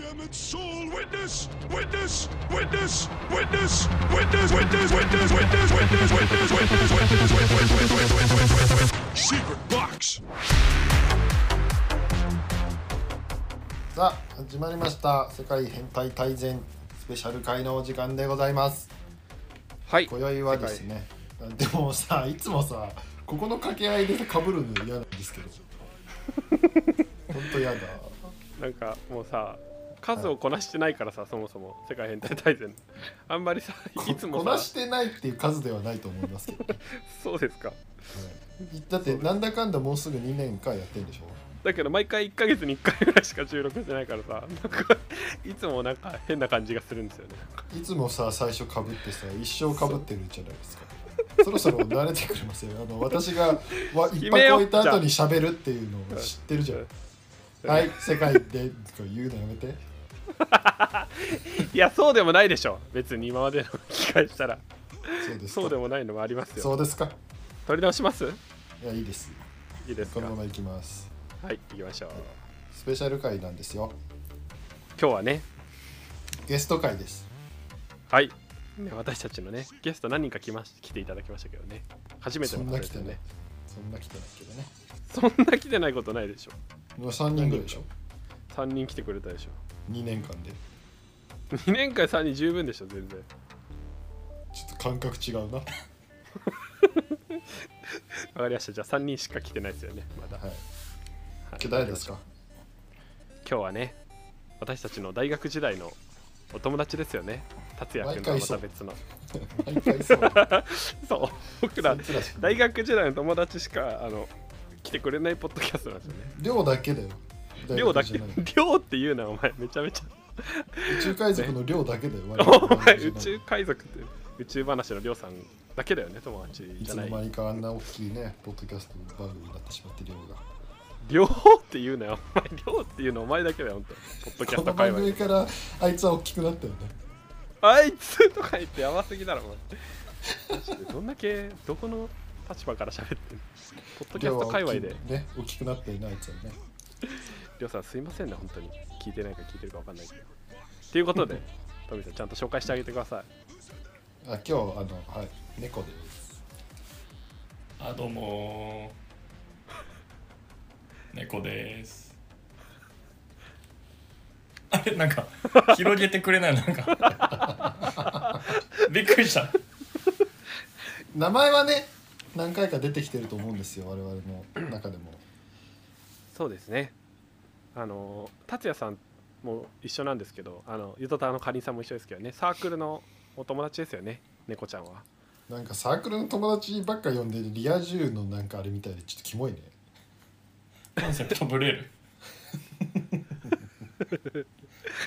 damaged soul. Witness, witness, witness, witness, witness, witness, witness, witness, witness, witness, witness, witness, witness, witness, witness, witness, witness. Secret box. さあ始まりました世界変態大全スペシャル会のお時間でございますはい。今宵はですねでもさいつもさここの掛け合いで被るの嫌なんですけどほんと嫌だなんかもうさ、数をこなしてないからさ、そもそも世界変態大全。 あんまりさ、こいつもこなさ、してないっていう数ではないと思いますけど、ね、そうですか。だってなんだかんだもうすぐ2年間やってるんでしょだけど毎回1ヶ月に1回ぐらいしか収録してないからさ、 なんかいつもなんか変な感じがするんです よね。いつもさ最初かぶってさ一生かぶってるじゃないですかそろそろ慣れてくれますよあの私が わ一決め泊よう置いた後に喋るっていうのを知ってるじゃんはい世界でとか言うのやめていや、そうでもないでしょ。別に今までの聞き返したら、そうですかそうでもないのもありますよ。そうですか取り直しますいやいいですいいですこかのままいきますはい、行きましょう。スペシャル回なんですよ今日はね、ゲスト回ですはい。ね私たちのね、ゲスト何人か来まし来ていただきましたけどね。初めてそのん方なで来すてよないね。そんな来てないけどねそんな来てないことないでしょ。もう3人ぐらいでしょ3人来てくれた でし2年間でょ2年間3人十分でしょ全然ちょっと感覚違うなわかりましたじゃあ3人しか来てないですよねまだ、はいはい今日誰ですか今日はね私たちの大学時代のお友達ですよね達也君とはまた別の毎回 そうそう僕らそいつらしか大学時代の友達しかあの来てくれないポッドキャストなんですよね寮だけだよ寮だ大学けじゃない寮っていうなお前めちゃめちゃ宇宙海賊の量だけだよ。我々 お前宇宙海賊って宇宙話のりょうさんだけだよね友達いじゃつなのい間にかあんな大きいね、ポッドキャスト番組になってしま って量が。寮っていうなよお前寮っていうのお前だけだよ本当ポッドキャこストの界番隈組からあいつは大きくなったよね。あいつとか言ってやばすぎだろ、お前マジでどんだけ、どこの立場から喋ってんのポッドキャスト界隈で、り量は大きいね、大きくなったよね、あいつはね。ょうさんすいませんね、本当に。聞いてないか聞いてるかわかんないけど。ということで、トミーさん、ちゃんと紹介してあげてくださあ、今日、あの、はい、猫です。あどうもー猫ですあれなんか広げてくれないなんかびっくりした名前はね、何回か出てきてると思うんですよ、我々の中でも。い。そうですね。あの、達也さんも一緒なんですけど、あの、ゆとたわのかりんさんも一緒ですけどね、サークルのお友達ですよね、猫ちゃんは。なんかサークルの友達ばっか呼んでるリア充のなんかあれみたいでちょっとキモいね。コンセプトブレる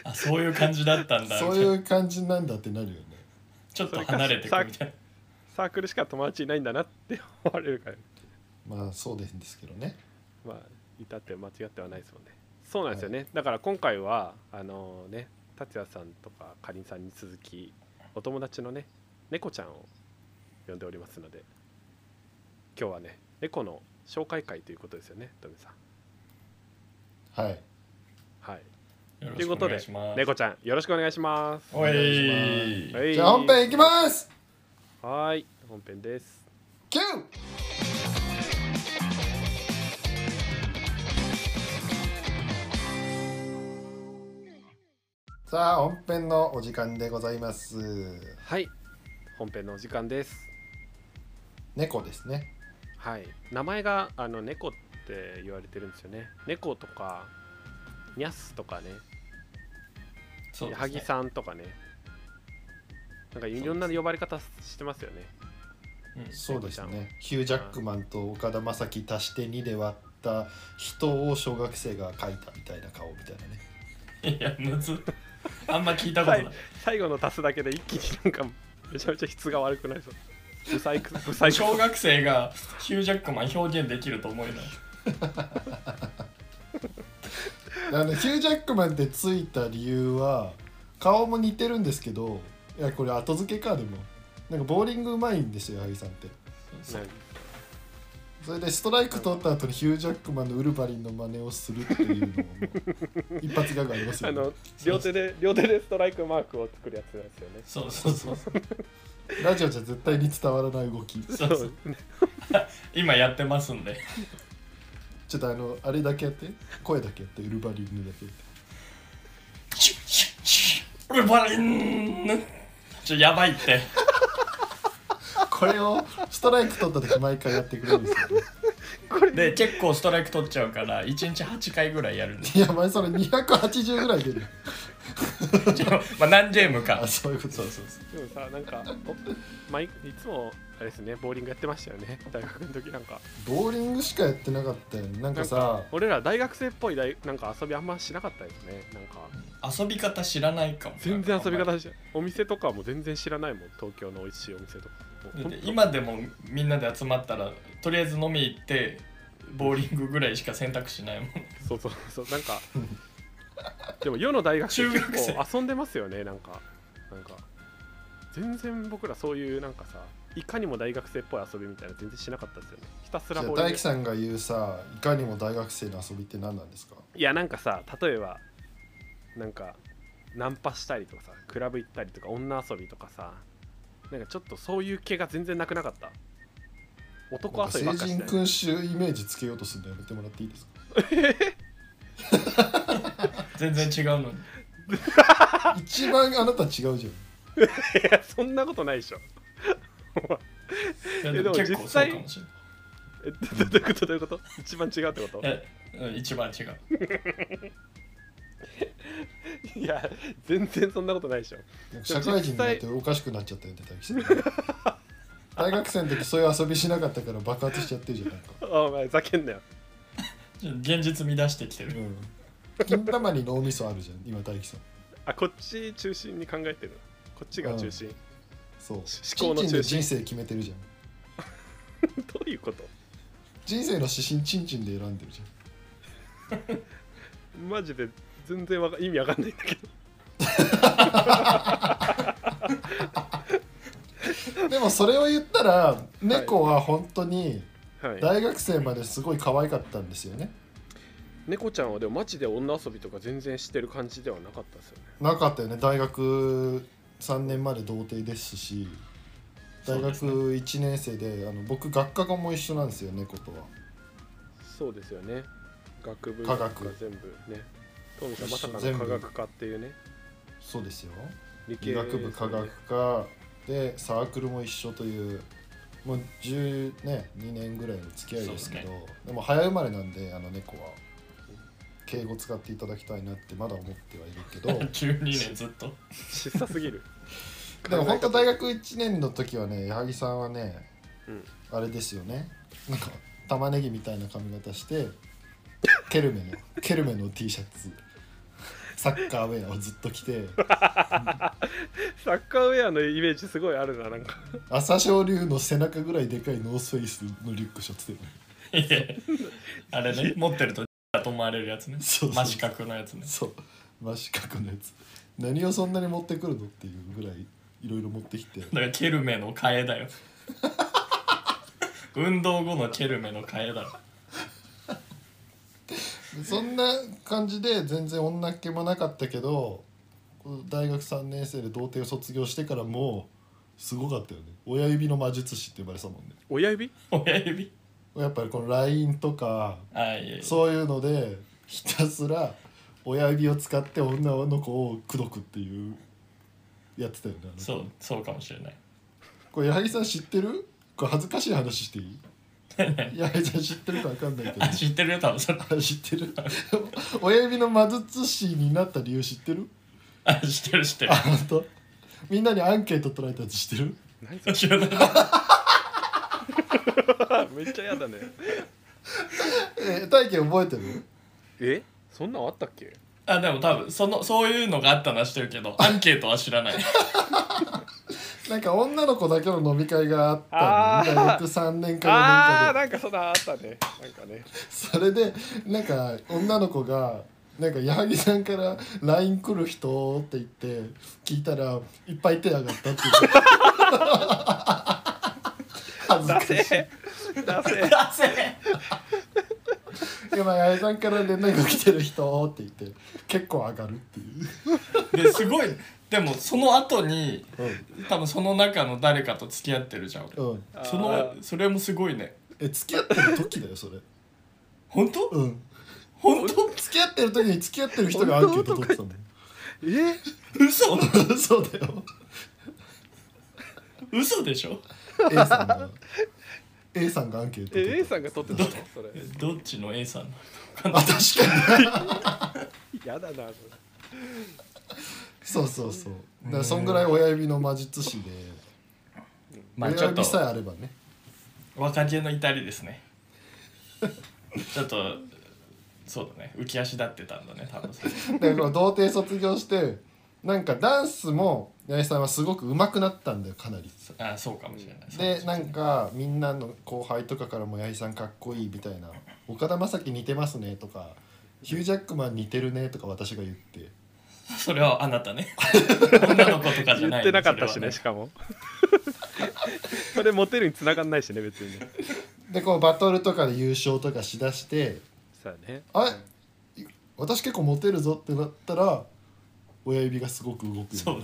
あそういう感じだったんだそういう感じなんだってなるよね。ちょっと離れてくみたいサークルしか友達いないんだなって思われるから、まあそうですんですけどね。まあ、いたって間違ってはないですもんね。そうなんですよね。だから今回は、あのね、達也さんとかかりんさんに続き、お友達のね、猫ちゃんを呼んでおりますので、今日はね、猫の紹介会ということですよね、富さん。はい。はい。なよろといしうくこおと願でいします、猫ちゃん、よろしくお願いします。お願いはいじゃあ本編いきますはーい、本編です。キューさあ本編のお時間でございますはい、本編のお時間です。猫ですねはい、名前があの猫って言われてるんですよね。猫とか、ニャスとかね、そうですね矢作さんとかねなんかいろんな呼ばれ方してますよねうんそうですねヒュー・ジャックマンと岡田将生足して2で割った人を小学生が描いたみたいな顔みたいなねいやむずあんま聞いたことない、はい最後の足すだけで一気になんかめちゃめちゃ質が悪くなりそう不細 工不細工小学生がヒュージャックマン表現できると思えないあのヒュー・ジャックマンってついた理由は顔も似てるんですけどいやこれ後付けかでもなんかボーリングうまいんですよ矢作さんってそうねそれでストライク取った後にヒュージャックマンのウルヴァリンの真似をするっていうのももう一発ギャグありますあよねの両手で両手でストライクマークを作るやつなんですよねそうそうそうそうラジオじゃ絶対に伝わらない動きそうそう今やってますんでちょっとあのあれだけやって声だけやってウルヴァリンのだけウルバリンヌちょやばいってこれをストライク取った時毎回やってくれるんですよ、ね、で結構ストライク取っちゃうから1日8回ぐらいやるんでいや前それ280ぐらい出るよちょまあ何ゲームかあそういうことそうそうそうでもさなんかおまあいいつもあれですねボーリングやってましたよね大学の時なんかボーリングしかやってなかったよねなんなかんさか俺ら大学生っぽい大なんか遊びあんましなかったですねなんか遊び方知らないかも全然遊び方しお店とかも全然知らないもん東京の美味しいお店とかもうほんとで今でもみんなで集まったらとりあえず飲み行ってボーリングぐらいしか選択しないもんそうそうそうなんかでも世の大学生中学結生構遊んでますよねなんかなんか全然僕らそういうなんかさいかにも大学生っぽい遊びみたいなの全然しなかったですよねひたすじゃらあボーリン大グ樹さんが言うさいかにも大学生の遊びって何なんですかいやなんかさ例えばなんかナンパしたりとかさクラブ行ったりとか女遊びとかさなんかちょっとそういう系が全然なくなかった男なんか遊びば成っかし人てない君主イメージつけようとするのやめてもらっていいですか全然違うのに一番あなた違うじゃんいやそんなことないでしょいやでも結構実そ際うかもしれないえどどういうことどういうこと一番違うってことえうん一番違ういや全然そんなことないでしょなんか社会人になっておかしくなっちゃったよね大樹さん大学生の時そういう遊びしなかったから爆発しちゃってるじゃんなんか、お前ざけんなよちょ現実乱してきてうるん、金玉に脳みそあるじゃん今大樹さんあこっち中心に考えてるこっちが中心、そう思考チンチンでの中心人生決めてるじゃん どういうこと人生の指針チンチンで選んでるじマジで全然わか意味わかんないんだけどゃんでもそれを言ったら猫は本当にはい、大学生まですごい可愛かったんですよね猫ちゃんはでもマジで女遊びとか全然してる感じではなかったですよねなかったよね大学3年まで童貞ですし大学1年生であの僕学科がも一緒なんですよ猫とはそうですよね学部科学が全部ねトミさんまさか全の部科学科っていうねそうですよ理医系学部科学科でサークルも一緒というもう10ね2年ぐらいの付き合いですけどそうでも早生まれなんであの猫は敬語使っていただきたいなってまだ思ってはいるけど 12年ずっと小さすぎる でも本当大学1年の時はね矢作さんはね、うんあれですよねなんか玉ねぎみたいな髪型してケルメのケルメの T シャツサッカーウェアをずっと着てサッカーウェアのイメージすごいあるななんか朝青龍の背中ぐらいでかいノースフェイスのリュック背負ってたよねいや あれね持ってるとだと思われるやつねそうそう真四角のやつねそう真四角のやつ何をそんなに持ってくるのっていうぐらいいろいろ持ってきてだからケルメの替え だよ運動後のケルメの替えだろそんな感じで全然女っ気もなかったけどこの大学3年生で童貞を卒業してからもうすごかったよね親指の魔術師って呼ばれてたもんね親指親指やっぱりこの LINE とかあいえいえそういうのでひたすら親指を使って女の子を口説くっていうやってたよねあのそうそうかもしれないこれ矢作さん知ってるこれ恥ずかしい話してい い矢作さん知ってるか分かんないけどあ知ってるよ多分それあ知ってる 親指の魔術師になった理由知ってるあ知ってる知ってあ本当みんなにアンケート取られたやつ知ってる何そるれ知らないめっちゃ嫌だねえ大輝覚えてるえそんなんあったっけあでも多分そのそういうのがあったのは知ってるけどアンケート は知らないなんか女の子だけの飲み会があったあんだーよ大学3年間あの飲み会でーなんかそんなんあったねなんかねそれでなんか女の子がなんか矢作さんから LINE 来る人って言って聞いたらいっぱい手上がったっていう恥ずかしい誰だせ出えせ今八重さんから連絡が来てる人って言って結構上がるっていうですごいでもその後にう多分その中の誰かと付き合ってるじゃん俺ん、うん、そのそれもすごいねえ付き合ってる時だよそれ本当うん本当付き合ってる時に付き合ってる人がアンケート取ってたもえ嘘ん そうだよ嘘でしょ A さんが A さんがアンケート取え A ってたさんが撮ってたのそれどっちの A さんあ確かにやだなそれそうそうそうだからそんぐらい親指の魔術師でまあち親ょっと指さえあればね若気の至りですねちょっとそうだね浮き足立ってたんだね多分それだから童貞卒業してなんかダンスも八重さんはすごく上手くなったんだよかなりあそうかもしれないでそうなんかみんなの後輩とかからも八重さんかっこいいみたいな「岡田将生似てますね」とか「ヒュージャックマン似てるね」とか私が言ってそれはあな たね女の子とかじゃ言ないってなかったしねしそかも それモテるに繋がんないしね別にねでこうバトルとかで優勝とかしだしてさあね「あれい私結構モテるぞ」ってなったら親指がすごく動くれはねそう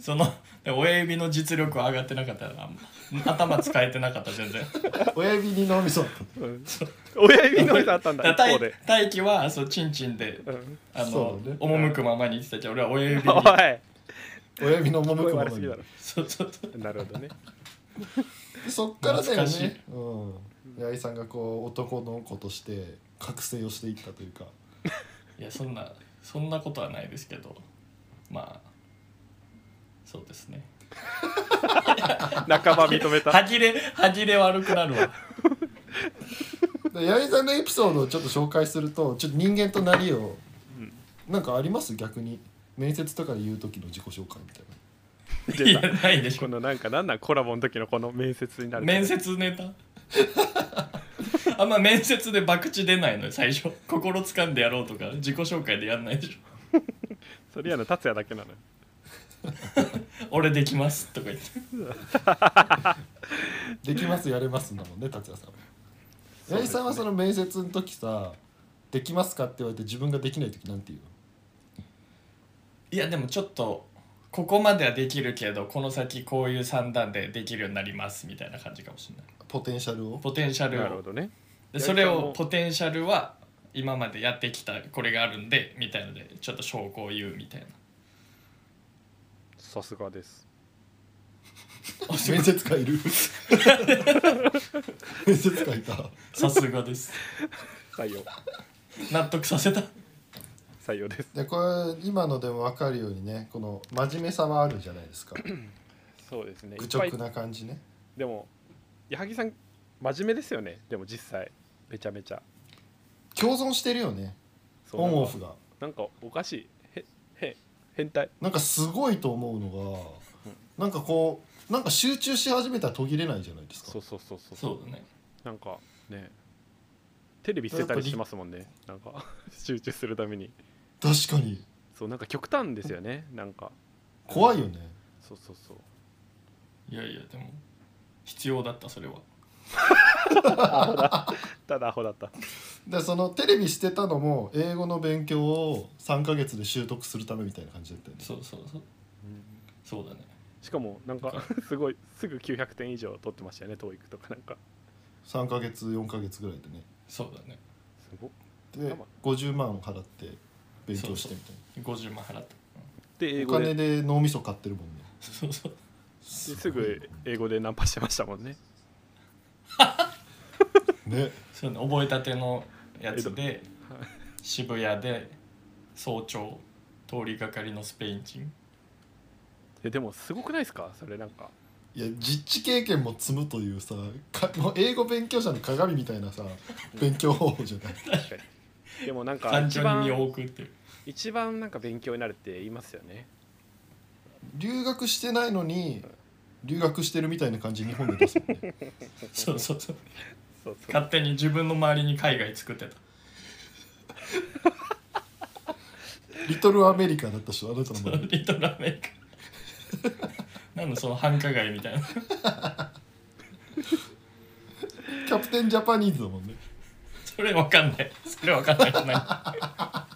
そので親指の実力は上がってなかったよなあんま頭使えてなかっ た全然親指に脳みそだったうん親指の人あった んだだ一から方で、大大輝はそうチンチンでうん、あその、うだね赴くままに言ってたじゃん俺は親指に おい親指の赴声くま悪ますぎにだろそうそうそうなるほどねでそっからだよ懐かしね、うん、八重さんがこう男の子として覚醒をしていったというかいやそんなそんなことはないですけどまあそうですね半ば認めた 歯切れ歯切れ悪くなるわで八重さんのエピソードをちょっと紹介するとちょっと人間となりを、なんかあります逆に面接とかで言う時の自己紹介みたいない出やたないでしこょのなんかなんなんコラボの時のこの面接になる面接ネタ あんま面接で博打出ないのよ最初心掴んでやろうとか自己紹介でやんないでしょそれやの達也だけなのよ俺できますとか言ってできますやれますんだもんね達也さんは八重さんはその面接の時さ「できますか?」って言われて自分ができない時なんて言うのいやでもちょっとここまではできるけどこの先こういう算段でできるようになりますみたいな感じかもしれないポテンシャルをポテンシャルなるをほどねでそれやりたいもをんポテンシャルは今までやってきたこれがあるんでみたいのでちょっと証拠を言うみたい なさすがです面接官 いる面接官いたさすがです採用納得させた採用ですでこれ今のでも分かるようにねこの真面目さはあるじゃないですかそうですねい愚っぱ直いな感じねでも矢作さん真面目ですよねでも実際めちゃめちゃ共存してるよねそうオンオなんかフがなんかおかしいへへ変態なんかすごいと思うのがなんかこうなんか集中し始めたら途切れないじゃないですかそうそうそうそうそうだねなんかねテレビ捨てたりしてますもんねなんか 集中するために確かにそうなんか極端ですよねなんか怖いよねそうそうそういやいやでも必要だったそれはただアホだったでそのテレビしてたのも英語の勉強を3ヶ月で習得するためみたいな感じだったよねそうそうそう、そうだねしかもなんか すごいすぐ900点以上取ってましたよね TOEIC とかなんか3ヶ月4ヶ月ぐらいでねそうだねすごっで50万を払って勉強してみたいな50万払った、で英お語金でで脳みそ買ってるもんねそうそうすぐ英語でナンパしてましたもんねねそうね覚えたてのやつで渋谷で早朝通りがかりのスペイン人えでもすごくないですかそれなんかいや実地経験も積むというさかもう英語勉強者の鏡みたいな さ勉強方法じゃない確かにでもなんか単一純に身を番置くっていう一番なんか勉強になるって言いますよね留学してないのに留学してるみたいな感じ日本で出すもんねそうそうそそううそう勝手に自分の周りに海外作ってたリトルアメリカだった人あなたの前 にリトルアメリカなんでその繁華街みたいなテンジャパニーズだもんねそれわかんないそれわかんないじゃな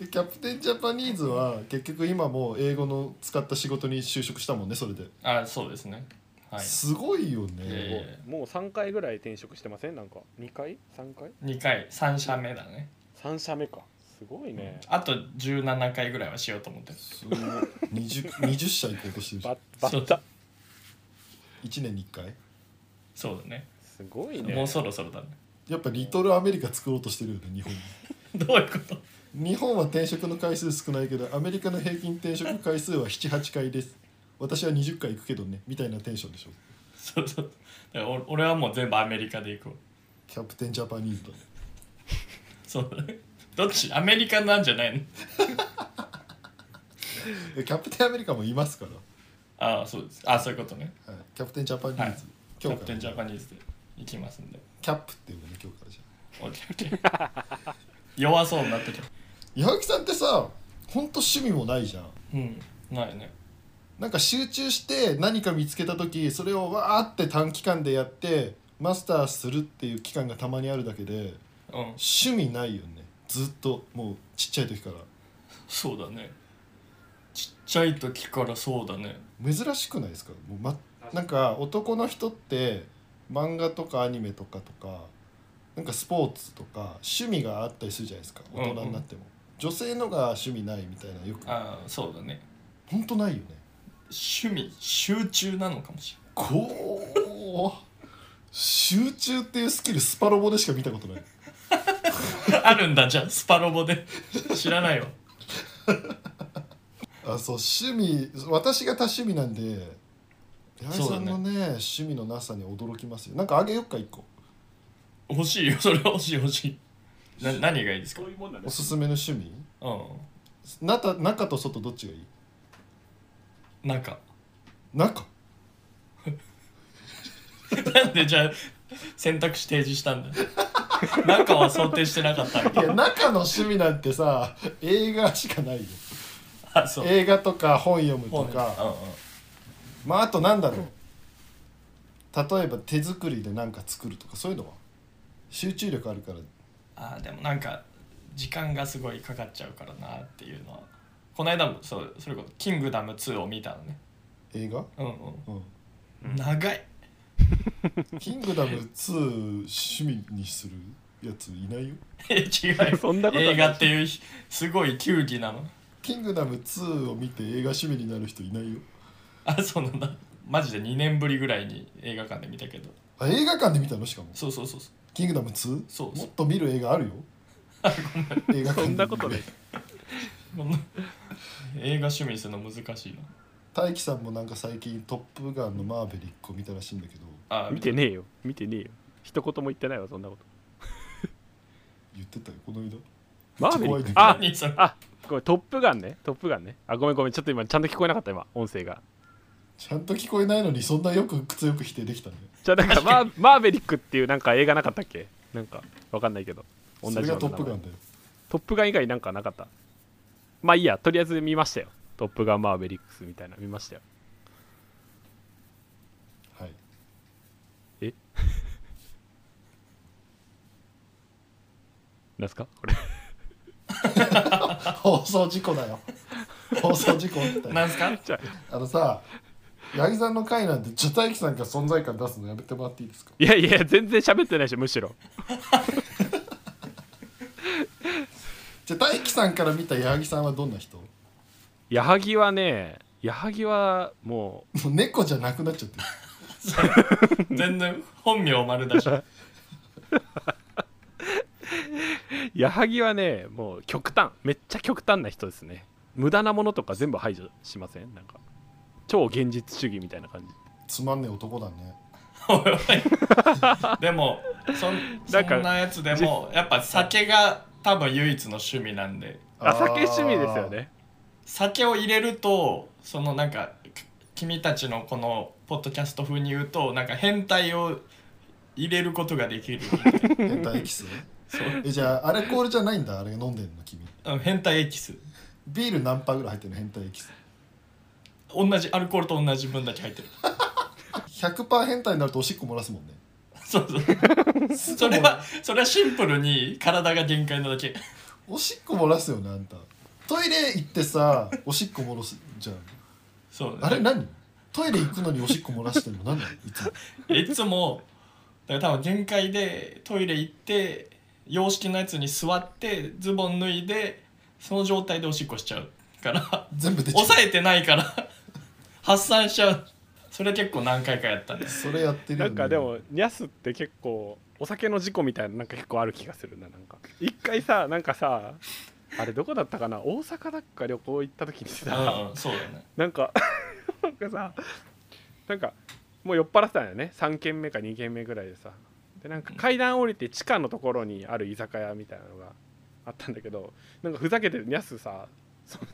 いでキャプテンジャパニーズは結局今もう英語の使った仕事に就職したもんねそれで、あそうですねはいすごいよね、ええもう3回ぐらい転職してませんなんか2回 ?3 回2回3社目だね ?3 社目かすごいね、あと17回ぐらいはしようと思ってるすごい 20, 20社行こうとしてるじゃんバッバッタ1年に1回そうだねすごいねもうそろそろだねやっぱリトルアメリカ作ろうとしてるよね日本どういうこと日本は転職の回数少ないけどアメリカの平均転職回数は78回です私は20回行くけどねみたいなテンションでしょそうそうだからお俺はもう全部アメリカで行こうキャプテンジャパニーズだねそう だねどっちアメリカなんじゃないのえキャプテンアメリカもいますかああそうですあそういうことねら、はい、キャプテンジャパニーズ、はいキ今ャ日かプらテンジキャパニーズで行きますんでャップっていうのね今日からじゃあ OK 弱そうになってきた矢作さんってさほんと趣味もないじゃんうんないねなんか集中して何か見つけた時それをわーって短期間でやってマスターするっていう期間がたまにあるだけでうん趣味ないよねずっともうちっちゃい時からそうだねちっちゃい時からそうだね珍しくないですかもう、ま、なんか男の人って漫画とかアニメとかとかなんかスポーツとか趣味があったりするじゃないですか大人になっても、女性のが趣味ないみたいなよくああそうだねほんとないよね趣味集中なのかもしこう集中っていうスキルスパロボでしか見たことないれない あるんだじゃあスパロボで知らないわあそう趣味私が多趣味なんで矢井そうさだんねのね趣味のなさに驚きますよなんかあげよっか一個欲しいよそれ欲しい欲しいな何がいいですかそういうもんだねおすすめの趣味うなた中と外どっちがいいんなんか中 なんでじゃあ選択肢提示したんだ なんかは想定してなかったの い や中の趣味なんてさ映画しかないよあそう映画とか本読むとうかんうんまああとなんだろう例えば手作りで何か作るとかそういうのは集中力あるからあーでもなんか時間がすごいかかっちゃうからなっていうのはこの間もそうそれこそ「キングダム2」を見たのね映画うんううん長い ん「キングダム2」趣味にするやついないよえ違う そんなことない映画っていうひすごい球技なの キングダム2を見て映画趣味になる人いないよあそうなんだマジで2年ぶりぐらいに映画館で見たけどあ映画館で見たのしかもそうそうそうそう「キングダム2」そうもっと見る映画 あるよ映画館でそんなことないこんな 映画趣味にするの難しいな大樹さんもなんか最近「トップガン」のマーベリックを見たらしいんだけどあー見てねえよ見てねえよ一言も言ってないわそんなこと言ってたよこの間マーベリ怖いッねクあ何それ あごめんトップガンねトップガンねあごめんごめんちょっと今ちゃんと聞こえなかった今音声がちゃんと聞こえないのにそんなよく強く否定できたねじゃあなんかマーマーベリックっていうなんか映画なかったっけなんかわかんないけど同じそれよがトうな名ッ前プガンだよトップガン以外なんかなかったまあいいやとりあえず見ましたよトップガンマーベリックスみたいな見ましたよはいなんすかこれ 放送事故だ よ放送事故みたいななんすかじゃああのさ八木さんの回なんてちょ大樹さんが存在感出すのやめてもらっていいですかいやいや全然喋ってないでしょむしろじゃあ大樹さんから見た八木さんはどんな人も矢作はね矢作はもうう猫じゃなくなっちゃってる全然本名丸出し 矢作はねもう極端めっちゃ極端な人ですね無駄なものとか全部排除しませんなんか超現実主義みたいな感じつまんねえ男だねでもそん なんかそんなやつでもやっぱ酒が多分唯一の趣味なんであ酒趣味ですよね酒を入れるとそのなんかき君たちのこのポッドキャスト風に言うとなんか変態を入れることができる 変態エキスえじゃあアルコールじゃないんだあれ飲んでんの君うん変態エキスビール何パーぐらい入ってる変態エキス同じアルコールと同じ分だけ入ってる 100%変態になるとおしっこ漏らすもんねそうそうそれはそれはシンプルに体が限界なだけおしっこ漏らすよねあんたトイレ行ってさおしっこ漏らすじゃんそうねあれ何トイレ行くのにおしっこ漏らしてるの何なのいつもいつもだから多分限界でトイレ行って洋式のやつに座ってズボン脱いでその状態でおしっこしちゃうから全部出ちゃう抑えてないから発散しちゃうそれ結構何回かやったんですそれやってるよ、なね、んかでもニャスって結構お酒の事故みたいななんか結構ある気がするななんか一回さなんかさあれどこだったかな大阪だっか旅行行った時にうさんうんそうだねなんか なんかさなんかもう酔っ払ってたんだよね3軒目か2軒目ぐらいでさでなんか階段降りて地下のところにある居酒屋みたいなのがあったんだけどなんかふざけてニャスさその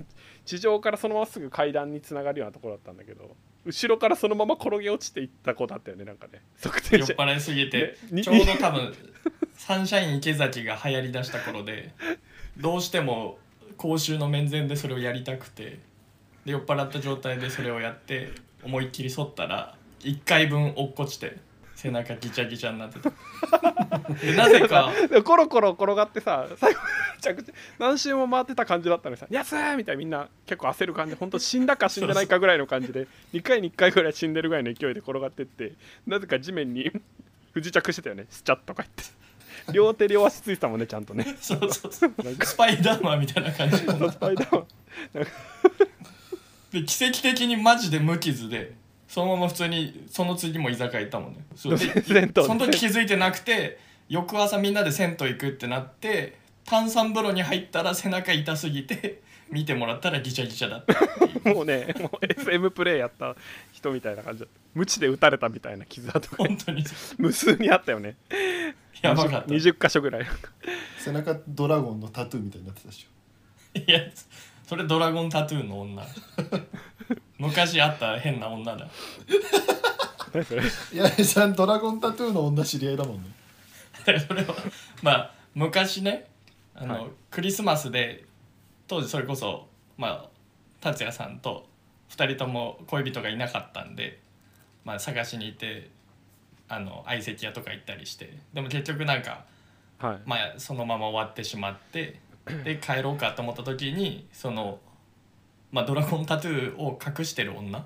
地上からそのまますぐ階段につながるようなところだったんだけど後ろからそのまま転げ落ちていった子だったよねなんかね測定酔っ者払いすぎてねちょうど多分サンシャイン池崎が流行りだした頃でどうしても公衆の面前でそれをやりたくてで酔っ払った状態でそれをやって思いっきり反ったら1回分落っこちて背中ギチャギチャになってた でなぜか でコロコロ転がってさ最後めちゃくちゃ何周も回ってた感じだったのにさ「やすー!」みたいなみんな結構焦る感じ本当死んだか死んでないかぐらいの感じで2回に1回ぐらい死んでるぐらいの勢いで転がってってなぜか地面に 不時着してたよね「スチャッ」とか言って両手両足ついてたもんねちゃんとねそうそうそうなんかスパイダーマンみたいな感じでスパイダーマンで奇跡的にマジで無傷でそのまま普通にその次も居酒屋行ったもんねそうで銭湯その時気づいてなくて翌朝みんなで銭湯行くってなって炭酸風呂に入ったら背中痛すぎて 見てもらったらギチャギチャだった もうねもう SM プレイやった人みたいな感じだった無知で撃たれたみたいな傷跡 が本当に無数にあったよねやばかったい20箇所ぐらい背中ドラゴンのタトゥーみたいになってたでしょやそれドラゴンタトゥーの女 昔あった変な女だ何それ八重さんドラゴンタトゥーの女知り合いだもんねでそれはまあ昔ねあの、はいクリスマスで当時それこそまあ達也さんと2人とも恋人がいなかったんで、まあ、探しに行ってあの相席屋とか行ったりしてでも結局なんか、はいまあ、そのまま終わってしまって で帰ろうかと思った時にその、まあ、ドラゴンタトゥーを隠してる 女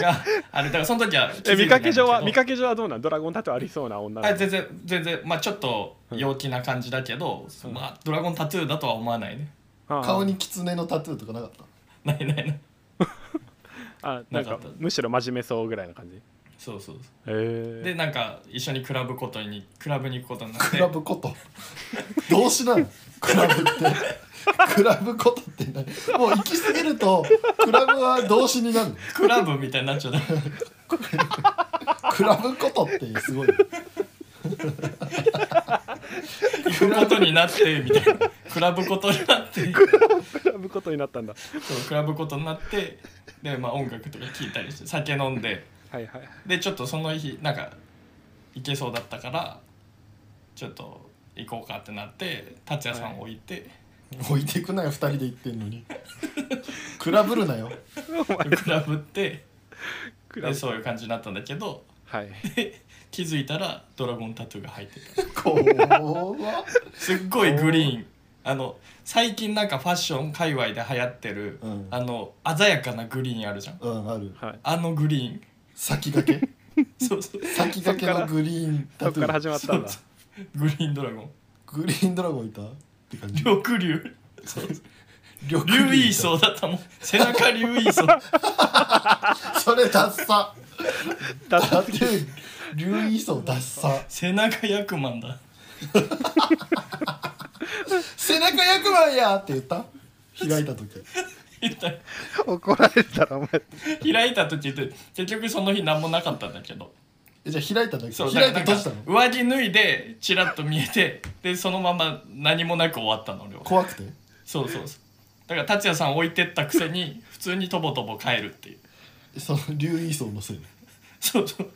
があれだからその時は気づいてえないんです見かけ上はど見かけ上はどうなんドラゴンタトゥーありそうな女のあ子全然全然まあちょっと陽気な感じだけど、うんまあドラゴンタトゥーだとは思わないね ああ顔に狐のタトゥーとかなかったないないないあなんなかかったむしろ真面目そうぐらいな感じへそうそうそえうでなんか一緒にクラブことにクラブに行くことになってクラブこと動詞なのクラブってクラブことって何もう行き過ぎるとクラブは動詞になるのクラブみたいになっちゃったクラブことってすごい行くことになってみたいなクラブことになって クラブことになったんだそうクラブことになってでまあ音楽とか聴いたりして酒飲んではいはいでちょっとその日なんか行けそうだったからちょっと行こうかってなって達也さんを置いて、置いてくなよ二人で行ってんのにクラブるなよクラブってクラでブそういう感じになったんだけどはい気づいたらドラゴンタトゥーが入ってた怖っすっごいグリーンあの最近なんかファッション界隈で流行ってる、うんあの鮮やかなグリーンあるじゃんうんあるはいあのグリ先駆けーンそうそう先駆けのグリーンそタっトゥからー始まったんだそうグリーンドラゴングリーンドラゴンいたって感じ緑竜そう緑竜イソだったもん背中竜イソそれダッサタだトゥー竜イソダッサ背中ヤクマンだ背中役割やって言った開いた時怒られたらお前開いた時って結局その日何もなかったんだけどえじゃあ開いただけそう開いてだか閉らじたのなんか上着脱いでチラッと見えてでそのまま何もなく終わったの俺は怖くてそうそうそうだから達也さん置いてったくせに普通にとぼとぼ帰るっていうその竜イソのせいでそうそう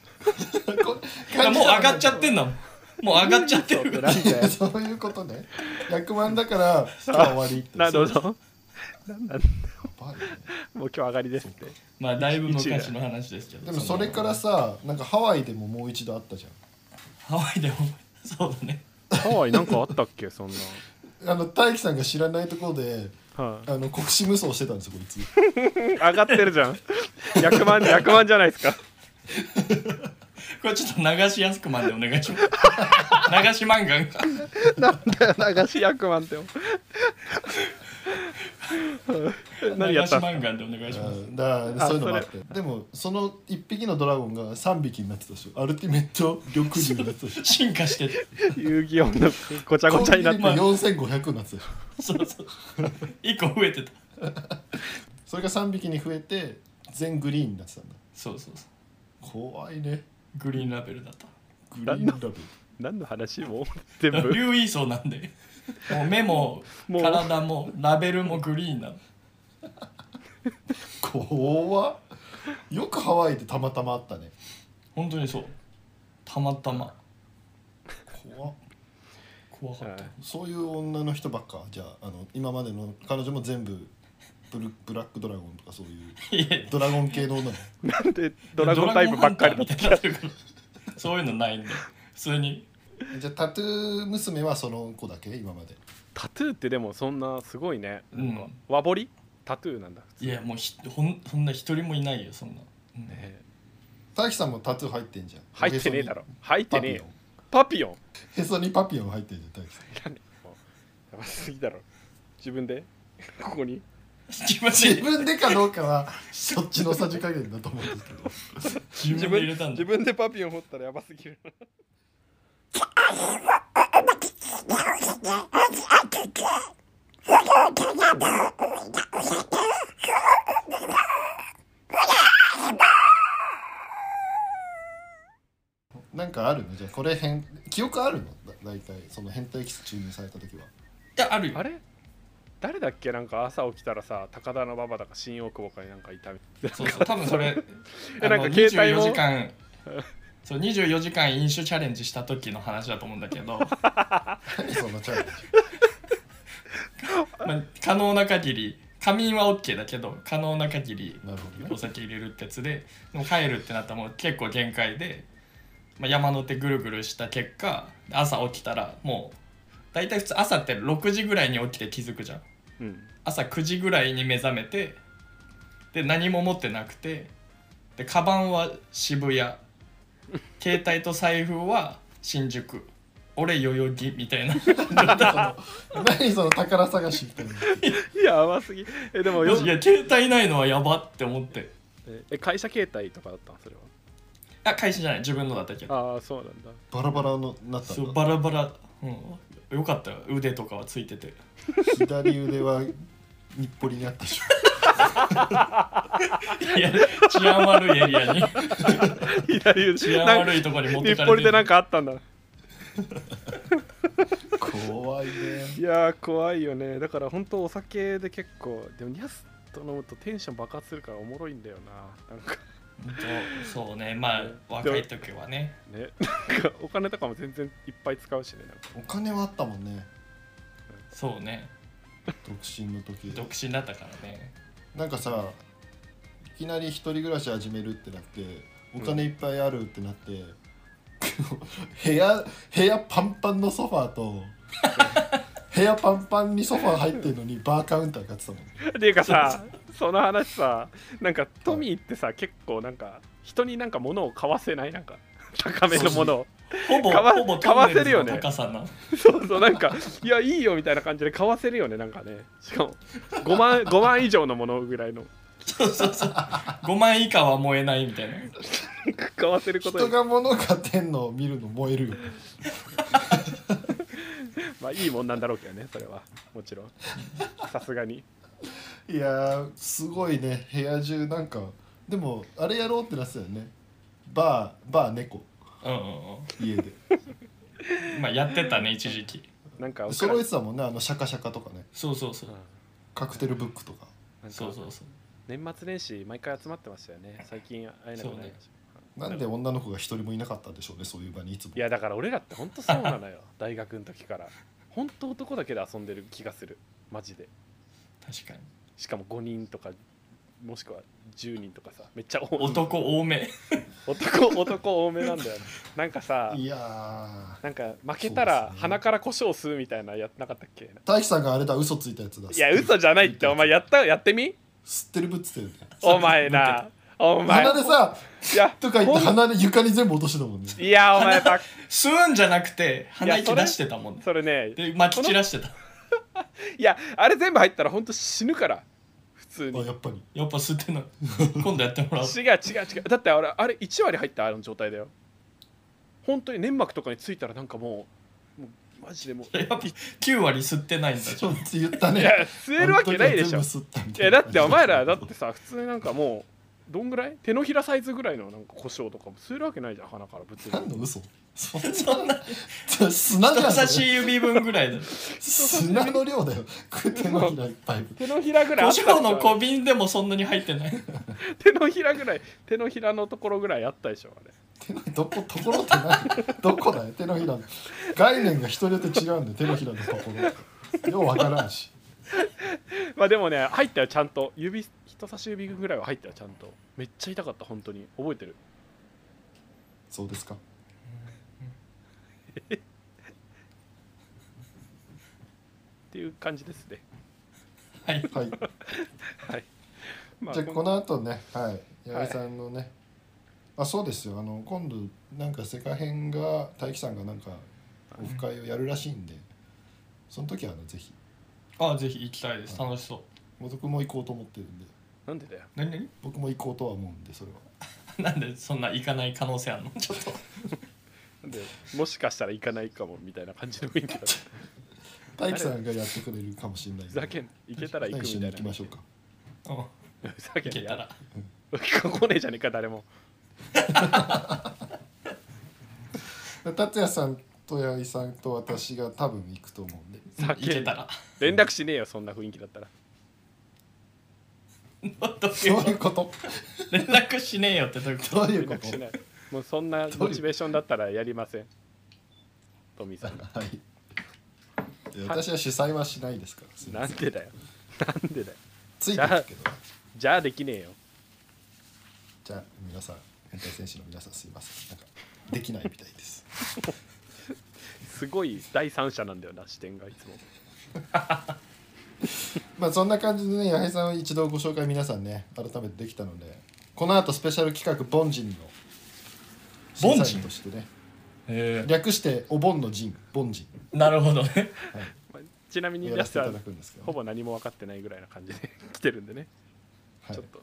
こだからもう上がっちゃってんだもんもう上がっ ちゃってそ うるなんだよそういうことね役満だから今日は終わりってなるほどばいねもう今日上がりですってまあだいぶ昔の話ですけどでもそれからさなんかハワイでももう一度あったじハワイでもそうだねハワイなんかあったっけそんなゃんあの大樹さんが知らないところではあの国士無双してたんですよこい つい、上がってるじゃん100万100万じゃないですかこれちょっと流しやすくまでお願いします流し漫画が流し100万って 何やった流し漫画でお願いしますうんだからそういうのもあってでもその1匹のドラゴンが3匹になってたでしょアルティメット緑竜になってたでしょ進化してて遊戯王のごちゃごちゃになってコンビニも4500になってたでしょそうそう一個増えてたそれが3匹に増えて全グリーンになってたんだそうそうそう怖いねグリーンラベルだったグリーンラベル何の話もう全部留意層なんでもう目ももう体もラベルもグリーンなの怖っよくハワイでたまたまあったね本当にそうたまたま怖っ怖かった、はいそういう女の人ばっかじゃああの今までの彼女も全部ブルブラックドラゴンとかそういうい、やドラゴン系の 女のなんでドラゴンタイプばっかりだったドラゴンハンターみたいになってるからそういうのないんで普通に子じゃあタトゥー娘はその子だけ今までタトゥーってでもそんなすごいねうん和彫りタトゥーなんだいやもうひほんそんな一人もいないよそんな、 うんね大樹さんもタトゥー入ってんじゃん入ってねえだろ入ってねえよえパピヨンへそにパピオン入ってんじゃん 大樹さんやばすぎだろ自分で ここに自分自で分でかどうかはそっちのさじ加減だと思うんですけど自分で入れたんだ自分でパピヨン掘ったらやばすぎるなんかあるのじゃあこれ変記憶あるのだ大体その変態キス注入された時はいやある よあれ誰だっけなんか朝起きたらさ高田の馬場だか新大久保かになんかいたみたいそうそう多分それえあなんのか携帯も24時間 そう24時間飲酒チャレンジした時の話だと思うんだけど、ま何そのチャレンジあ、可能な限り仮眠は OK だけど可能な限りなるほどおね酒入れるってやつででも帰るってなったらもう結構限界で、まあ、山の手ぐるぐるした結果朝起きたらもう大体普通朝って6時ぐらいに起きて気づくじゃんな、うん、 朝9時ぐらいに目覚めてで何も持ってなくてでカバンは渋谷携帯と財布は新宿俺代々木みたいな何その宝探しみたいなやばすぎえでもよいや携帯ないのはやばって思ってえ会社携帯とかだったのそれあ会社じゃない自分のだったけどはああそうなんだバラバラのなったそうんだバラバラ、うん、よかったよ腕とかはついてて左腕は日暮里にあったでしいや治安悪いエリア に 左腕治安なんか悪いとこに持って日か暮里れでてなんかあったんだょ怖いねいやー怖いよねだから本当お酒で結構でもニャスと飲むとテンション爆発するからおもろいんだよななんか本当そうねまあ若い時はねねなんかお金とかも全然いっぱい使うしねなんかお金はあったもんねそうね独身の時独身だったからねなんかさいきなり一人暮らし始めるってなってお金いっぱいあるってなって、 部屋部屋パンパンのソファー と部屋パンパンにソファー入ってるのにバーカウンター買ってたもんね っていうかさその話さなんかトミーってさ結構なんか人になんか物を買わせないなん か高めのものをほぼかわほぼかわせるよねトンネルズの高さな そうそうなんかいやいいよみたいな感じで買わせるよねなんかねしかも5万5万 以上のものぐらいの5万以下は燃えないみたいな買わせること人にが物買ってんのを見るの燃えるよまあいいもんなんだろうけどねそれはもちろんさすがにいやーすごいね部屋中なんかでもあれやろうってなってたよねバーバー猫うんうん家 でうんまあやってたね一時期なんか僕ら揃えてたもんねあのシャカシャカとかねそうそうそううんカクテルブックとかなんかそうそうそう年末年始毎回集まってましたよ ね最近会えなくなりました、なんで女の子が一人もいなかったんでしょうねそういう場にいつもいやだから俺らってほんとそう なのよ大学の時からほんと男だけで遊んでる気がするマジで確かにしかも5人とかもしくは10人とかさめっちゃ多い男多め 男男多めな んだよなんかさいやーなんか負けたらそうですね鼻から胡椒を吸うみたいなやってなかったっけ大樹さんがあれだ嘘ついたやつだいや嘘じゃないって お前やったやってみ吸ってるぶっつってるねお前なお前鼻でさいやとか言ってほん鼻で床に全部落としてたもんねいやお前ば吸うんじゃなくて鼻いやそ息れ出してたもんねそれねで巻き散らしてたいやあれ全部入ったら本当死ぬから普通あにやっぱりやっぱ吸ってんの今度やってもらおう違う違う違うだってあれあれ1割入ったあの状態だよ本当に粘膜とかについたらなんかもうもうマジでもうやっぱ9割吸ってないんだちょっと言ったねいや吸えるわけないでしあょの時は全部吸ったみいたやいだなってお前らだってさ普通になんかもうどんぐらい手のひらサイズぐらいのなんか胡椒とかも吸えるわけないじゃん鼻から物何の理嘘そんな砂じゃ人んそ差れし指分ぐらいだ砂の量だよ手のひらいっぱい分手のひらぐらい胡あったでし椒ょの小瓶でもそんなに入ってない手のひらぐらい手のひらのところぐらいあったでしょあれ手のどこところって何どこだよ手のひらの概念が人によって違うんだよ手のひらのところようわからんしまあでもね入ったよちゃんと指人差し指ぐらいは入ったよちゃんとめっちゃ痛かった本当に覚えてるそうですかっていう感じですねはいはいはい、まじゃあこの後ねはいはい八重さんのね、あそうですよあの今度なんか世界編が大樹さんがなんかオフ会をやるらしいんでその時はあのぜひあぜひ行きたいです楽しそう僕も行こうと思ってるんでなんでだよ何何 僕も行こうとは思うんでそれはなんでそんな行かない可能性あるのちょっとなんでもしかしたら行かないかもみたいな感じの雰 囲気だ大樹さんがやってくれるかもしれないんふでざけん行けたら行くみ一た緒いにな行きましょうかうん ふざけ行けんたなら来ねえじゃねえか誰も達也さんと八重さんと私が多分行くと思うんで行酒けたら連絡しねえよそんな雰囲気だったらどういそううこいうと こと連絡しねえよってどういうことどうい連うこ絡しと ないもうそんなモチベーションだったらやりませんトミーさんがはいいや私は主催はしないですからすいまなんせんでだよなんでだよついてるけどじゃあできねえよじゃあ皆さん変態選手の皆さんすいませんなんかできないみたいですすごい第三者なんだよな視点がいつもまあそんな感じでね八重さんを一度ご紹介皆さんね改めてできたのでこの後スペシャル企画「凡人」の凡人審査員としてねへ略して「お盆の陣」「凡人えなるほどね」まあちなみにやらやせつていたはだくんですけどほね、ぼ何も分かってないぐらいな感じで来てるんでねはいちょっと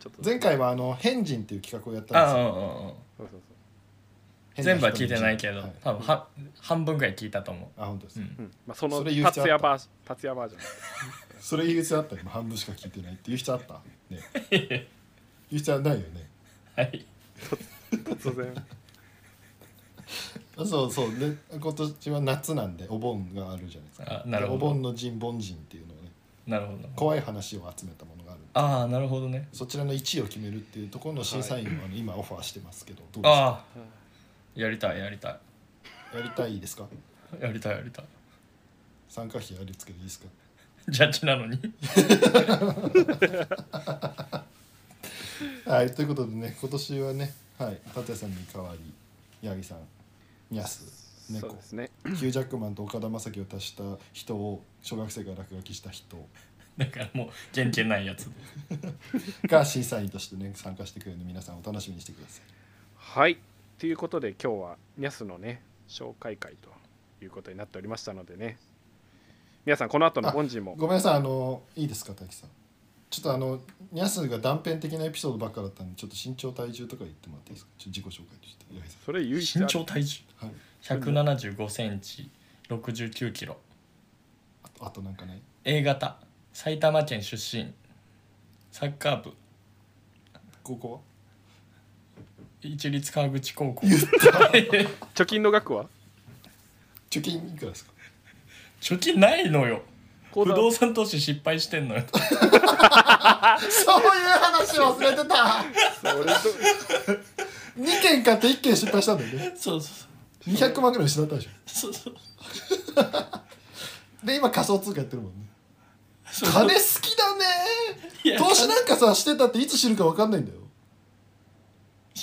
ちょっと前回はあの変人っていう企画をやったんあですうよんうんうんそうそうそう変全部人は聞いてないけど、はい多分は半分ぐらい聞いたと思あ本当です、う、う、うんんまあそのそれ言う必達要あっ也たバージ達也バージョンそれ言う必要あった今半分しか聞いてないっていう人あった ね言う必要はないよねはい突然そうそうで今年は夏なんでお盆があるじゃないですかあなるほお盆どの陣凡人っていうのをねなるほど怖い話を集めたものがあるああなるほどねそちらの1位を決めるっていうところの審査員をあの今オファーしてますけどどうですかああやりたいやりたいやりたいですかやりたいやりたい参加費ありつけでいいですかジャッジなのに はいということでね今年はねはい達也さんに代わり八木さんニャスそう 猫ですねヒュージャックマンと岡田将生を足した人を小学生が落書きした人だからもう原型ないやつが審査員としてね 参加してくれるので皆さんお楽しみにしてくださいはいということで今日はニャスのね紹介会ということになっておりましたのでね皆さんこの後の本陣もごめんなさいあのいいですか大樹さんちょっとあのニャスが断片的なエピソードばっかだったんでちょっと身長体重とか言ってもらっていいですかちょっと自己紹介として八重さそれ唯一ある身長体重んはい1 7 5ンチ6 9キロあとあとなんかない A 型埼玉県出身サッカー部高校は一律川口高校貯金の額は貯金いくらですか貯金ないのよ口不座動産投資失敗してんのよそういう話忘れてた 俺と2件買って1件失敗したんだよね そうそう200万ぐらい失ったでしょそうそうそうで今仮想通貨やってるもんね金好きだねいや投資なんかさしてたっていつ知るか分かんないんだよ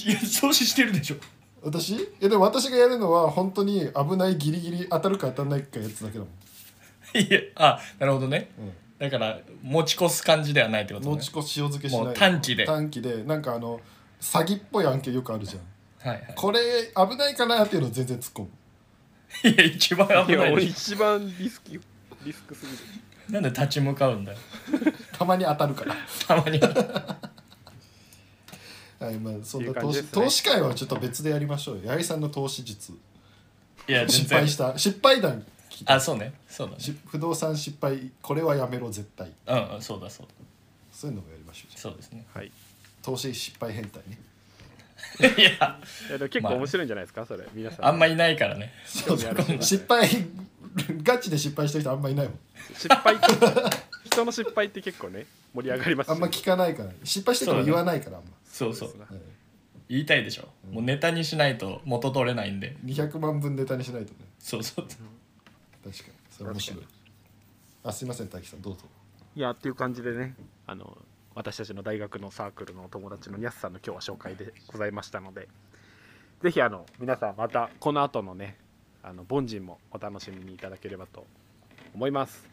いや投資してるでしょ 私えでも私がやるのは本当に危ないギリギリ当たるか当たらないかやつだけだもん、いやあなるほどねうだから持ち越す感じではないってこん、と持ねち越し塩漬けしないもう短期で短期でなんかあの詐欺っぽい案件よくあるじゃんはいはこれ危ないかなっていうのを全然突っ込むいいや一番い危なやい俺でし一番リスキリスクすぎるょなんで立ち向かうんだよたまに当たる からたまにははいまあそんいなう感投じ資、ですね投資会はちょっと別でやりましょうよ八重さんの投資術いや全失敗然した失敗談聞いたあそうねそうだねし不動産失敗これはやめろ絶対うんうんそうだそうだそういうのもやりましょうじゃそうですね はいいあ投資失敗変態ねいややでも結まあ構面白いんじゃないですかそれ皆さんあんまいないからねそう興味だある人ね失敗ガチで失敗した人あんまいないもん失敗人の失敗って結構ね盛り上がりますあんま聞かないから失敗してから言わないからあんま、そうそうそうですはい言いたいでしょもうネタにしないと元取れないんで200万分ネタにしないとねそうそう確かにそれ面白いあすいません大樹さんどうぞいやっていう感じでねあの私たちの大学のサークルのお友達のニャスさんの今日は紹介でございましたのでぜひあの皆さんまたこの後のねあの凡人もお楽しみにいただければと思います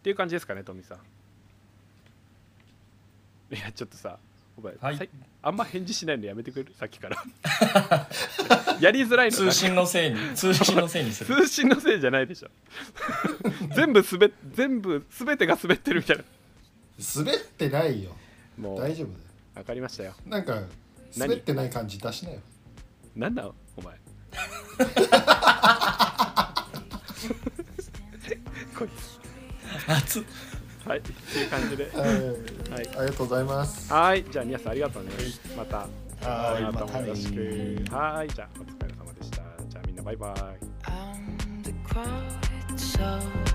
っていう感じですかね富さんいやちょっとさお前、はいさいあんま返事しないのやめてくれるさっきから やりづらいの通信のせいに通信のせいにする 通信のせいじゃないでしょ全部滑っ全部全てが滑ってるみたいな滑ってないよもう大丈夫だよわかりましたよ。なんか何滑ってない感じ出しなよなんだお前。こい熱っつはい、っていう感じで。 はいはいありがとうございますはい、じゃあ皆さんありがとうね。また。はいまたまたもねよろしく。はい、じゃあお疲れ様でした。じゃあみんなバイバイ。 I'm the crowd, it's over.